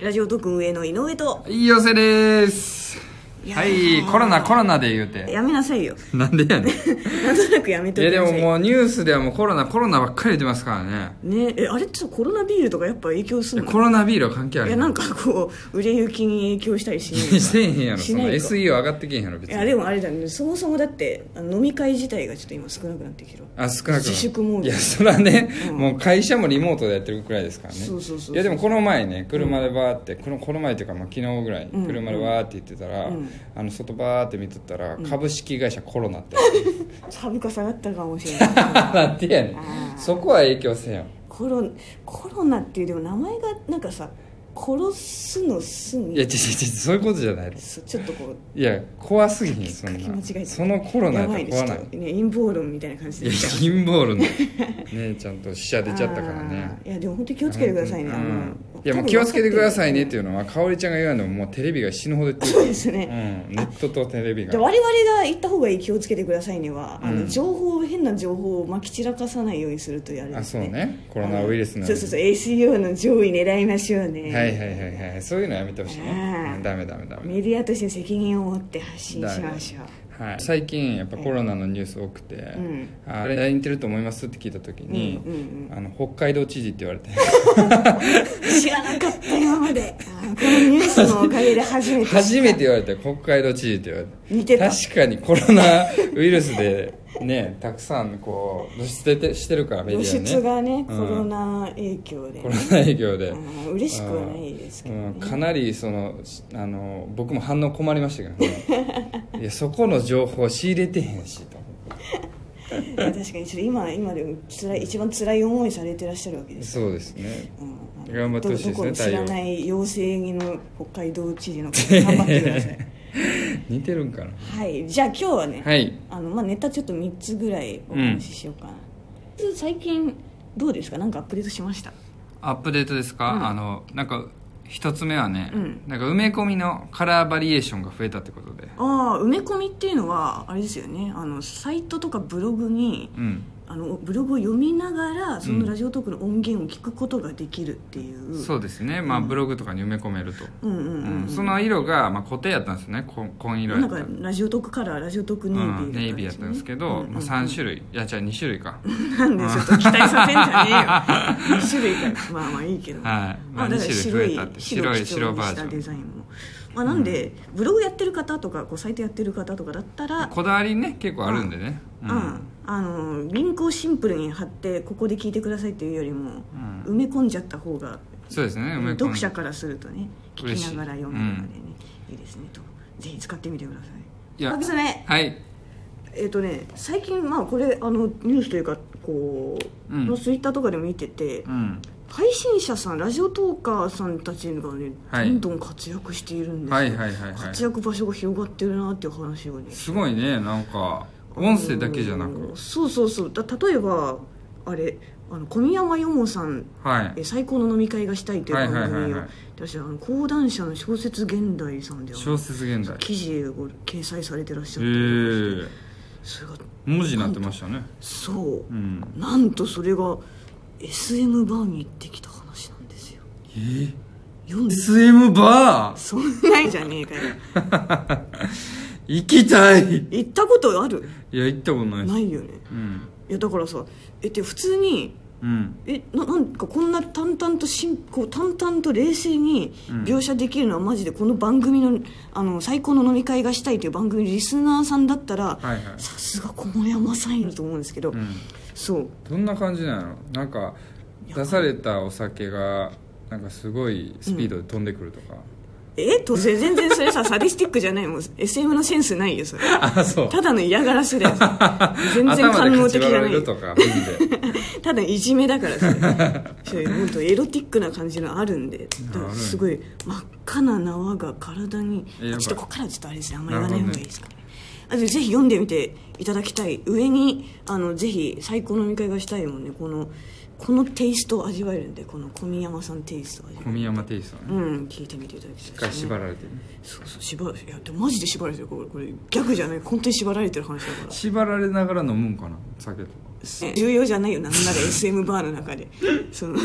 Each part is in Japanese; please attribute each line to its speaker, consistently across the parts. Speaker 1: ラジオ特運営の井上と
Speaker 2: いい寄せです
Speaker 1: いや
Speaker 2: は
Speaker 1: ー
Speaker 2: いコロナコロナで言うて
Speaker 1: やめなさいよ
Speaker 2: なんで やねんい
Speaker 1: なんとなくやめとい
Speaker 2: や
Speaker 1: て
Speaker 2: で
Speaker 1: くださ
Speaker 2: も
Speaker 1: い
Speaker 2: もうニュースではもうコロナコロナばっかり言ってますからね
Speaker 1: ねえあれってコロナビールとかやっぱ影響す
Speaker 2: いや
Speaker 1: るの
Speaker 2: コロナビールは関係ある
Speaker 1: いやなん かこう売れ行きに影響したりしないのか
Speaker 2: せえへんやろ
Speaker 1: し
Speaker 2: そ
Speaker 1: ない
Speaker 2: の
Speaker 1: か
Speaker 2: SEO 上がってけへんやろ別
Speaker 1: いやで
Speaker 2: に
Speaker 1: もあれだねそもそもだってあの飲み会自体がちょっと今少なくなってきてる
Speaker 2: あ少なくなる
Speaker 1: 自粛モード
Speaker 2: いやそらね、
Speaker 1: うん
Speaker 2: もう会社もリモートでやってるくらいですからね
Speaker 1: そうそうそう
Speaker 2: いやでもこの前ね車でバーって、このこの前っていうかまあ昨日ぐらい
Speaker 1: うん
Speaker 2: 車でバーって行ってたら、
Speaker 1: うん
Speaker 2: あの外バーって見とったら、株式会社コロナって、
Speaker 1: 株価下がったかもしれない
Speaker 2: なんてやねん
Speaker 1: あー
Speaker 2: そこは影響せんやん
Speaker 1: コロコロナっていうでも名前がなんかさ殺すのす
Speaker 2: いや違う
Speaker 1: に
Speaker 2: 違う違うそういうことじゃないです
Speaker 1: そうちょっとこう
Speaker 2: いや怖すぎひんそん
Speaker 1: 書き間違え
Speaker 2: な
Speaker 1: た
Speaker 2: そのコロナ
Speaker 1: や
Speaker 2: やっ
Speaker 1: ば
Speaker 2: たら
Speaker 1: いね
Speaker 2: 怖ない
Speaker 1: ちょっとね陰謀論みたいな感じ
Speaker 2: い
Speaker 1: で
Speaker 2: や金ボールの ねちゃんと死者出ちゃったからね
Speaker 1: あーいやでも本当に気をつけてくださいね、
Speaker 2: う
Speaker 1: あの
Speaker 2: んいやもう気をつけてくださいねって
Speaker 1: いう
Speaker 2: いうのはかおりちゃんが言わんでももうテレビが死ぬほど言ってる
Speaker 1: そうですね、
Speaker 2: うん、ネットとテレビ
Speaker 1: で
Speaker 2: が
Speaker 1: 我々が言った方がいい気をつけてくださいねは、あ
Speaker 2: う
Speaker 1: の
Speaker 2: ん
Speaker 1: 情報変な情報をまき散らかさないようにするとやる
Speaker 2: あそうねコロナウイルスの
Speaker 1: そうそうそう ACO の上位狙いましょうね
Speaker 2: はいはいはいはいそういうのやめてほしいね
Speaker 1: あー
Speaker 2: うんダメダメダメ
Speaker 1: メディアとして責任を持って発信しましょう
Speaker 2: はい、最近やっぱコロナのニュース多くて「
Speaker 1: ん
Speaker 2: あれ何似てると思います?」って聞いた時に、
Speaker 1: うんうん
Speaker 2: あの「北海道知事」って言われて
Speaker 1: 知らなかった今まであーこのニュースのおかげで初めて
Speaker 2: 初めて言われて北海道知事って言われて
Speaker 1: 似てた
Speaker 2: 確かにコロナウイルスでね たくさんこう露出てしてるからメデ
Speaker 1: 露
Speaker 2: ィアね
Speaker 1: 出がね、
Speaker 2: うん
Speaker 1: コロナ影響で、
Speaker 2: コロナ影響で、
Speaker 1: うん嬉しくはないですけどね
Speaker 2: うんかなりそのしあの僕も反応困りましたけど ねいやそこの情報仕入れてへんしと思
Speaker 1: いや確かにちょっと今今でも辛い一番辛い思いされてらっしゃるわけ
Speaker 2: っ
Speaker 1: で
Speaker 2: て
Speaker 1: す、
Speaker 2: そうですね
Speaker 1: うん
Speaker 2: 頑張ってほしいですね
Speaker 1: どどこの知ら
Speaker 2: 太陽
Speaker 1: ない妖精の北海道知事の方頑張ってくださ い
Speaker 2: 似てるんかな
Speaker 1: はいじゃあ今日はね、
Speaker 2: はい
Speaker 1: あのまあ、ネタちょっと3つぐらいお話ししようかな、最近どうですかなんかアップデートしました
Speaker 2: アップデートですか、
Speaker 1: うん
Speaker 2: あのなんか一つ目はね、
Speaker 1: うん
Speaker 2: なんか埋め込みのカラーバリエーションが増えたってことで
Speaker 1: ああ埋め込みっていうのはあれですよねあのサイトとかブログに
Speaker 2: うん
Speaker 1: あのブログを読みながらそのラジオトークの音源を聞くことができるっていう、
Speaker 2: そうですね、まあ、ブログとかに埋め込めると、
Speaker 1: うんうんうん、うん
Speaker 2: うんその色が、まあ、固定やったんですねこ紺色や
Speaker 1: な
Speaker 2: っ
Speaker 1: ん
Speaker 2: た
Speaker 1: かラジオトークカラーラジオトークネイビ
Speaker 2: う
Speaker 1: ー
Speaker 2: んネイビーやったんですけど、まあ、3種類いやじゃあ2種類か
Speaker 1: 類なんでちょっと期待させんじゃねえよ 2種類かまあまあいいけど、
Speaker 2: はい、ま
Speaker 1: ま
Speaker 2: あ、
Speaker 1: あ、
Speaker 2: 2
Speaker 1: だから
Speaker 2: 種
Speaker 1: 白
Speaker 2: 類増
Speaker 1: い
Speaker 2: えたって
Speaker 1: 白
Speaker 2: 白
Speaker 1: い
Speaker 2: い白
Speaker 1: 白
Speaker 2: バ
Speaker 1: バー
Speaker 2: ー
Speaker 1: ジ
Speaker 2: ジ
Speaker 1: ョン
Speaker 2: ョ
Speaker 1: デ
Speaker 2: ン
Speaker 1: ザインも、まあ、なんで、ブログやってる方とかこうサイトやってる方とかだったら、
Speaker 2: こだわりね結構あるんでね
Speaker 1: う
Speaker 2: うん
Speaker 1: んあのリンクをシンプルに貼ってここで聞いてくださいっていうよりも、
Speaker 2: う
Speaker 1: 埋め込んじゃった方が
Speaker 2: そうですね埋め込んで
Speaker 1: 読者からするとね聞
Speaker 2: 嬉しい
Speaker 1: きながら読むのでね、いいですねとぜひ使ってみてください
Speaker 2: いや
Speaker 1: パクさんね
Speaker 2: はい
Speaker 1: えっ、とね最近まあこれあのニュースというかこう、
Speaker 2: うん
Speaker 1: のツイッターとかでも見てて、
Speaker 2: うん
Speaker 1: 配信者さんラジオトーカーさんたちがね、
Speaker 2: はい
Speaker 1: どんどん活躍しているんですよ
Speaker 2: はいはいはいはい
Speaker 1: 活躍場所が広がってるなっていう話がね
Speaker 2: すごいねなんか音声だけじゃなく
Speaker 1: そうそうそうだ例えばあれあの小宮山よもさん
Speaker 2: は
Speaker 1: え
Speaker 2: い
Speaker 1: 最高の飲み会がしたいという
Speaker 2: は
Speaker 1: 番
Speaker 2: いはいはい
Speaker 1: 組を、
Speaker 2: はい
Speaker 1: 私あの講談社の小説現代さんでは
Speaker 2: 小説現代
Speaker 1: 記事を掲載されてらっしゃっ
Speaker 2: へえ
Speaker 1: て、
Speaker 2: ー、
Speaker 1: それが
Speaker 2: 文字になってましたね
Speaker 1: そう
Speaker 2: う、ん
Speaker 1: なんとそれが SM バーに行ってきた話なんですよ
Speaker 2: えー、
Speaker 1: 読んで
Speaker 2: SM バー
Speaker 1: そんなんじゃねえかよ
Speaker 2: 行きたいい
Speaker 1: 行ったことある
Speaker 2: や行ったことないです
Speaker 1: ないよね
Speaker 2: うん
Speaker 1: いやだからさえって普通に
Speaker 2: うん
Speaker 1: えななんかこんな淡々としんこう淡々と冷静に
Speaker 2: うん
Speaker 1: 描写できるのはマジでこの番組の「あの最高の飲み会がしたい」という番組のリスナーさんだったら
Speaker 2: はいはい
Speaker 1: さすが小野山さんやと思うんですけど、
Speaker 2: うん
Speaker 1: そう
Speaker 2: どんな感じなのなんか出されたお酒がなんかすごいスピードで飛んでくるとか、
Speaker 1: えとせ全然それさサディスティックじゃないもん SM のセンスないよそれ
Speaker 2: あそう
Speaker 1: ただの嫌がらせだよ それ全然
Speaker 2: 頭で
Speaker 1: 官能
Speaker 2: かち
Speaker 1: 的じ
Speaker 2: 割
Speaker 1: ゃ
Speaker 2: ら
Speaker 1: な
Speaker 2: れ
Speaker 1: いよ
Speaker 2: るとかマジで
Speaker 1: ただいじめだから さそういうもっとエロティックな感じのあるんでだからすごい真っ赤な縄が体に
Speaker 2: えやばい
Speaker 1: あちょっとここからはちょっとあれですねあんまり言わない方がいいですかねあでぜひ読んでみていただきたい上にあのぜひ最高の見会がしたいもんねこのこのテイストを味わえるんでこの小宮山さんテイストを味わえ
Speaker 2: 小宮山テイスト
Speaker 1: る
Speaker 2: ね
Speaker 1: うん聞いてみていただき
Speaker 2: 一
Speaker 1: たい
Speaker 2: 回
Speaker 1: です
Speaker 2: 縛
Speaker 1: ね
Speaker 2: られてね
Speaker 1: そうそう縛られいやでもマジで縛られてるこれこれ逆じゃない本当に縛られてる話だから
Speaker 2: 縛られながら飲むんかな酒とか
Speaker 1: 重要じゃないよなんなら SM バーの中でその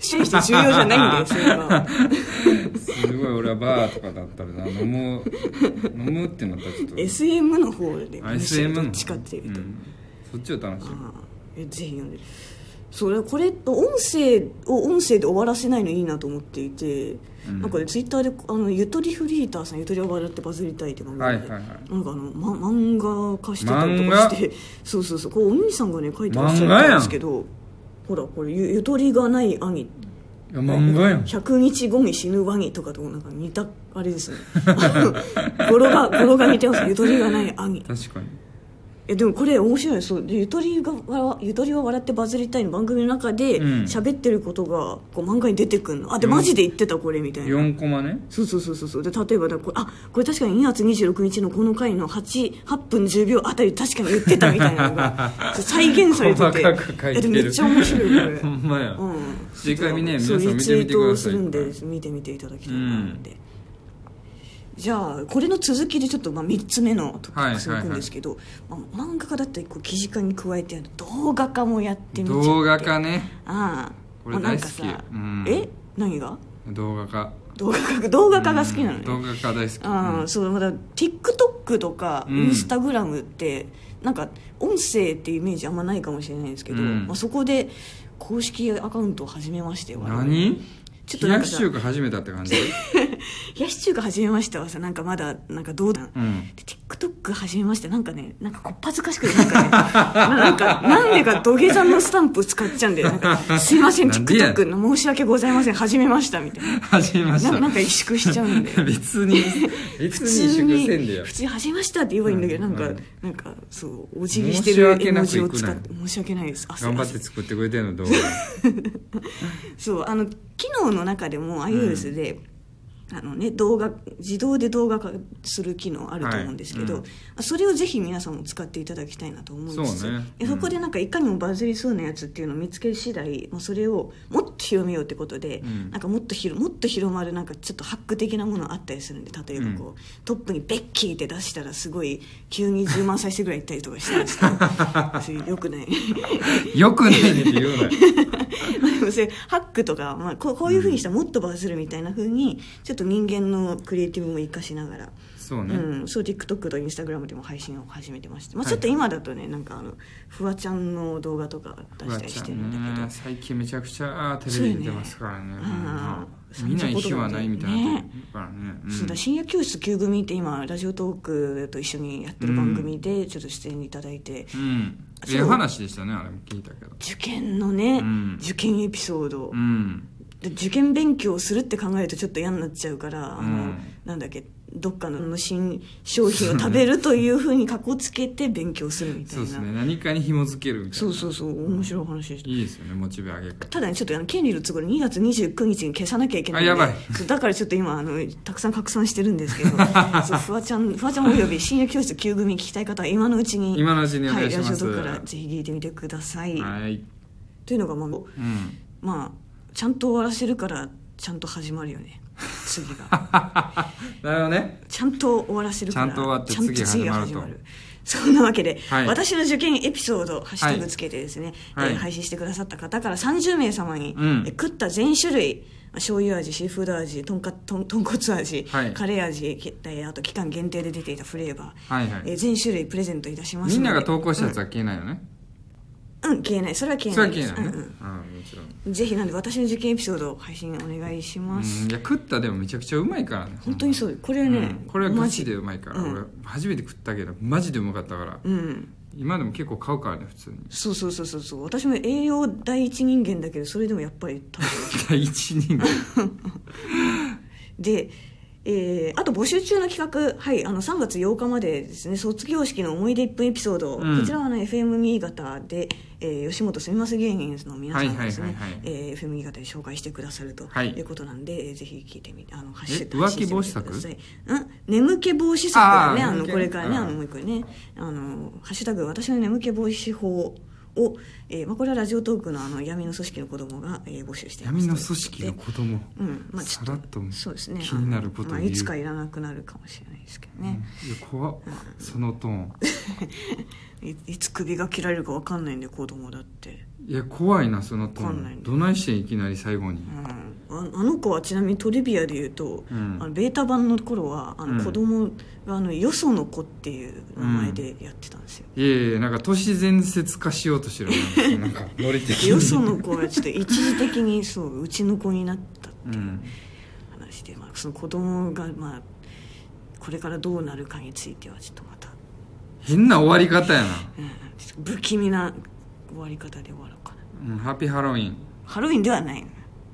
Speaker 1: 注意して重要じゃないんでそれ は
Speaker 2: すごい俺はバーとかだったらな飲も う飲むってなったらちょっと
Speaker 1: SM の方でむしろ
Speaker 2: SM
Speaker 1: ど
Speaker 2: の
Speaker 1: っちかっていうと、
Speaker 2: んそっちを楽しむ
Speaker 1: ああえぜひ読んでそれこれ音声を音声で終わらせないのいいなと思っていて、
Speaker 2: うん
Speaker 1: なんかねツイッターであのゆとりフリーターさん「ゆとりは笑ってバズりたい」って番組で、
Speaker 2: はいはいはい
Speaker 1: なんかあの、ま、漫画化してたりとかしてそうそうそうこうお兄さんがね書いてらっしゃ
Speaker 2: 漫画
Speaker 1: る
Speaker 2: や
Speaker 1: ん
Speaker 2: ん
Speaker 1: ですけどほらこれゆ「ゆとりがない兄」
Speaker 2: いや漫画やん
Speaker 1: 100日後に死ぬワニとかとなんか似たあれですね 語呂が語呂が似てますゆとりがない 兄
Speaker 2: 確かに
Speaker 1: えでもこれ面白いそうでゆとりがわゆとりは笑ってバズりたいの番組の中で
Speaker 2: うん
Speaker 1: 喋ってることがこう漫画に出てくるのあで
Speaker 2: うん
Speaker 1: マジで言ってたこれみたいな
Speaker 2: 4コマね
Speaker 1: そうそうそうそうそうで例えばだこれあこれ確かに2月26日のこの回の 8, 8分10秒あたり確かに言ってたみたいなの がそう再現されてて
Speaker 2: 細かく書いてる
Speaker 1: やでもめっちゃ面白い これ
Speaker 2: ほんまや、
Speaker 1: うん
Speaker 2: 次回見ね
Speaker 1: そう
Speaker 2: 皆さん
Speaker 1: リツイ
Speaker 2: 見てみてください
Speaker 1: ートをするんで見てみていただきたいなって、じゃあこれの続きでちょっとまあ3つ目のトピックスに行くんですけど、まあ漫画家だったりこう記事化に加えてあの動画化もやってみちゃって
Speaker 2: 動画化ね
Speaker 1: ああ
Speaker 2: 俺大好き
Speaker 1: もうなんかさ
Speaker 2: うん
Speaker 1: え何が
Speaker 2: 動画化
Speaker 1: 動画化 動画化が好きなのね、
Speaker 2: うん動画化大好き
Speaker 1: ああそうまだ TikTok とか
Speaker 2: うん
Speaker 1: Instagram ってなんか音声っていうイメージあんまないかもしれないんですけど、
Speaker 2: うん
Speaker 1: まあ、そこで公式アカウントを始めまして我々
Speaker 2: 何
Speaker 1: ちょっと
Speaker 2: 冷
Speaker 1: なん
Speaker 2: や
Speaker 1: か
Speaker 2: し
Speaker 1: さ
Speaker 2: 中華始めたって感じ
Speaker 1: 冷やし中華始めましたはさなんかまだなんかどうだ、
Speaker 2: うん
Speaker 1: で TikTok 始めましたなんかねなんかこっぱずかしくてなんか ねななんかなんでか土下座のスタンプ使っちゃうんでなん かすいません
Speaker 2: なんでや
Speaker 1: TikTok の申し訳ございません始めましたみたい な
Speaker 2: 始めまし
Speaker 1: な
Speaker 2: た
Speaker 1: なんか萎縮しちゃうんで
Speaker 2: 別に別に粛せんでよ
Speaker 1: 普通に始めましたって言えばいいんだけど、
Speaker 2: うん
Speaker 1: なんか、
Speaker 2: うん
Speaker 1: なんかそうお辞儀してる絵文字を使って
Speaker 2: 申し訳な
Speaker 1: 申し訳な
Speaker 2: く行く
Speaker 1: いです汗
Speaker 2: 頑張っ
Speaker 1: 汗
Speaker 2: て作ってくれてるの動画
Speaker 1: そうあの機能の中でも iOS で、あのね、動画自動で動画化する機能あると思うんですけど、
Speaker 2: はい
Speaker 1: それをぜひ皆さんも使っていただきたいなと思うんです
Speaker 2: そうね
Speaker 1: でそこでなんかいかにもバズりそうなやつっていうのを見つける次第もうそれをもっと広めようってことで、
Speaker 2: ん
Speaker 1: なんかもっと広もっと広まるなんかちょっとハック的なものあったりするんで例えばこう、トップに「ベッキー」って出したらすごい急に10万再生ぐらいいったりとかしたんですけど それよくない。
Speaker 2: よくないねって言うなよ
Speaker 1: まあでもそういうハックとか、まあ、こうこういうふうにしたらもっとバズるみたいなふうにちょっと人間のクリエイティブも活かしながら、
Speaker 2: そう
Speaker 1: う
Speaker 2: ね、
Speaker 1: ん、そう TikTok と Instagram でも配信を始めてまして、まあ、
Speaker 2: はい
Speaker 1: ちょっと今だとねなんかあのフワちゃんの動画とか出したりしてるんだけ
Speaker 2: う
Speaker 1: ど
Speaker 2: わちゃんね最近めちゃくちゃテレビ出てますから
Speaker 1: そ
Speaker 2: ね
Speaker 1: うよねあー
Speaker 2: うん見ない日はないみたいなとこからねうん
Speaker 1: そうだ深夜教室9組って今ラジオトークと一緒にやってる番組でちょっと出演いただいて、
Speaker 2: うん
Speaker 1: そう
Speaker 2: ええ話でしたねあれも聞いたけど
Speaker 1: 受験のね、
Speaker 2: うん
Speaker 1: 受験エピソード、
Speaker 2: うん
Speaker 1: で受験勉強をするって考えるとちょっと嫌になっちゃうから、あ
Speaker 2: う
Speaker 1: の
Speaker 2: ん
Speaker 1: なんだっけどっかの新商品を食べるというふうにかこつけて勉強するみたい
Speaker 2: そう
Speaker 1: な
Speaker 2: ですね何かに紐づけるみたいな
Speaker 1: そうそうそう面白い話でした、
Speaker 2: いいですよねモチベ上げる
Speaker 1: ただねちょっとあの権利の都合で2月29日に消さなきゃいけないんで
Speaker 2: あやばい
Speaker 1: そうだからちょっと今あのたくさん拡散してるん ですけどそうフワちゃんフワちゃんおよび深夜教室9組聞きたい方は今のうちに
Speaker 2: 今のうちにお願いし
Speaker 1: は
Speaker 2: ま
Speaker 1: い、ラジ
Speaker 2: す
Speaker 1: オとからぜひ聞いてみてください、
Speaker 2: はい
Speaker 1: というのがまあ
Speaker 2: うん
Speaker 1: まあちゃんと終わらせるからちゃんと始まるよね次 が。
Speaker 2: なるほどね
Speaker 1: ちゃんと終わらせるから
Speaker 2: ちゃんと終わって
Speaker 1: ちゃんと
Speaker 2: 次が
Speaker 1: 次が始
Speaker 2: 始
Speaker 1: ま
Speaker 2: ま
Speaker 1: る
Speaker 2: ると
Speaker 1: そんなわけで、
Speaker 2: はい
Speaker 1: 私の受験エピソードハッシュタグつけてですね、
Speaker 2: は
Speaker 1: え
Speaker 2: い
Speaker 1: ー配信してくださった方から30名様に、
Speaker 2: うん
Speaker 1: えー食った全種類醤油味シーフード味とんかとん豚骨味、
Speaker 2: はい
Speaker 1: カレー味きえーあと期間限定で出ていたフレーバー、
Speaker 2: はいはい
Speaker 1: えー全種類プレゼントいたしますの
Speaker 2: み
Speaker 1: で
Speaker 2: んなが投稿したやつは消えないよね
Speaker 1: うん消えないそれは消え
Speaker 2: それ
Speaker 1: な
Speaker 2: はい
Speaker 1: です
Speaker 2: 消えないね
Speaker 1: うんうん
Speaker 2: うんもちろん
Speaker 1: ぜひなんで私の受験エピソードを配信お願いし
Speaker 2: う
Speaker 1: ま
Speaker 2: ん
Speaker 1: す、
Speaker 2: いや食ったでもめちゃくちゃうまいからね
Speaker 1: 本当にそうこれは
Speaker 2: う
Speaker 1: ね、
Speaker 2: んこれは
Speaker 1: マ
Speaker 2: マ
Speaker 1: ジ
Speaker 2: ジでうまいから、
Speaker 1: うん
Speaker 2: 俺初めて食ったけどマジでうまかったから、
Speaker 1: うん
Speaker 2: 今でも結構買うからね普 通に
Speaker 1: そうそうそうそうそう私も栄養第一人間だけどそれでもやっぱり食べる
Speaker 2: 第一 人間
Speaker 1: で、えーあと募集中の企画、はい、あの3月8日までですね卒業式の思い出1分エピソード、
Speaker 2: うん
Speaker 1: こちらは、ね、FM 新潟で、えー吉本すみます芸人の皆さんがです
Speaker 2: は
Speaker 1: ね
Speaker 2: いはいはいはい
Speaker 1: えー FM 新潟で紹介してくださると
Speaker 2: はい
Speaker 1: いうことなんで、えーぜひ聞いてみてあのハッ
Speaker 2: え
Speaker 1: シュ
Speaker 2: 浮気
Speaker 1: ハッ
Speaker 2: 防止策
Speaker 1: シュタグしてくださいん眠気防止策だね
Speaker 2: あー
Speaker 1: あの
Speaker 2: 眠気
Speaker 1: これからね
Speaker 2: あ
Speaker 1: あ
Speaker 2: ー
Speaker 1: のもう一個ねあの「ハッシュタグ私の眠気防止法」を、えーまあ、これはラジオトークのあの闇の組織の子供が、えー募集しています
Speaker 2: 闇の組織の子供
Speaker 1: うんまあ、ちょ
Speaker 2: さ
Speaker 1: っ
Speaker 2: らっと
Speaker 1: そうですね
Speaker 2: 気になることを
Speaker 1: まあ、
Speaker 2: 言う
Speaker 1: いつかいらなくなるかもしれないですけどね、
Speaker 2: いや怖っそのトーン
Speaker 1: いいつ首が切られるか分かんないんで子供だって
Speaker 2: いや怖いなそのト
Speaker 1: わかんない
Speaker 2: ーンどないしてんいきなり最後に
Speaker 1: うん、ああの子はちなみにトリビアで言うと、
Speaker 2: うん
Speaker 1: あのベータ版の頃はあ
Speaker 2: う
Speaker 1: の
Speaker 2: ん
Speaker 1: 子供があのよその子っていう名前でやってたんですよ、
Speaker 2: いやいやなんか都市伝説化しようとしてるななんかノリ的に
Speaker 1: よその子がちょっと一時的にそううちの子になった
Speaker 2: うん
Speaker 1: 話で、まあ、その子供がまあこれからどうなるかについてはちょっとまた、
Speaker 2: 変な終わり方やな、
Speaker 1: うん、ちょっと不気味な終わり方で終わろうかな
Speaker 2: うん、ハッピーハロウィン
Speaker 1: ハロウィンではない